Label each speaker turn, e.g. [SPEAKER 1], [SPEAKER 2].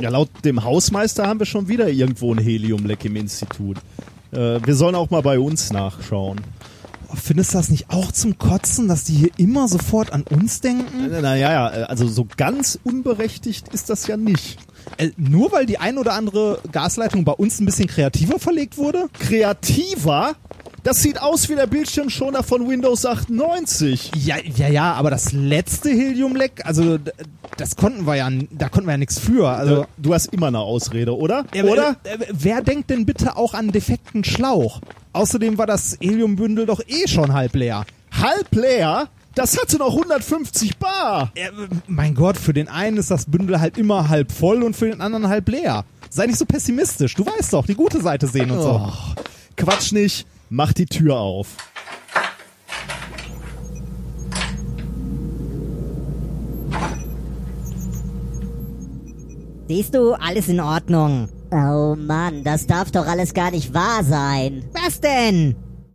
[SPEAKER 1] Ja, laut dem Hausmeister haben wir schon wieder irgendwo ein Heliumleck im Institut. Äh, wir sollen auch mal bei uns nachschauen.
[SPEAKER 2] Findest du das nicht auch zum Kotzen, dass die hier immer sofort an uns denken?
[SPEAKER 1] Naja, ja, also so ganz unberechtigt ist das ja nicht.
[SPEAKER 2] Äh, nur weil die ein oder andere Gasleitung bei uns ein bisschen kreativer verlegt wurde?
[SPEAKER 1] Kreativer? Das sieht aus wie der Bildschirmschoner von Windows 98.
[SPEAKER 2] Ja, ja, ja, aber das letzte Helium-Leck, also d- das konnten wir ja, n- da konnten wir ja nichts für. Also,
[SPEAKER 1] Äh, Du hast immer eine Ausrede, oder?
[SPEAKER 2] Ja, aber,
[SPEAKER 1] oder?
[SPEAKER 2] äh, äh, Wer denkt denn bitte auch an defekten Schlauch? Außerdem war das Heliumbündel doch eh schon halb leer.
[SPEAKER 1] Halb leer? Das hatte noch 150 Bar.
[SPEAKER 2] Äh, mein Gott, für den einen ist das Bündel halt immer halb voll und für den anderen halb leer. Sei nicht so pessimistisch. Du weißt doch, die gute Seite sehen
[SPEAKER 1] Oh.
[SPEAKER 2] und so.
[SPEAKER 1] Och, Quatsch nicht, mach die Tür auf.
[SPEAKER 3] Siehst du, alles in Ordnung. Oh Mann, das darf doch alles gar nicht wahr sein. Was denn?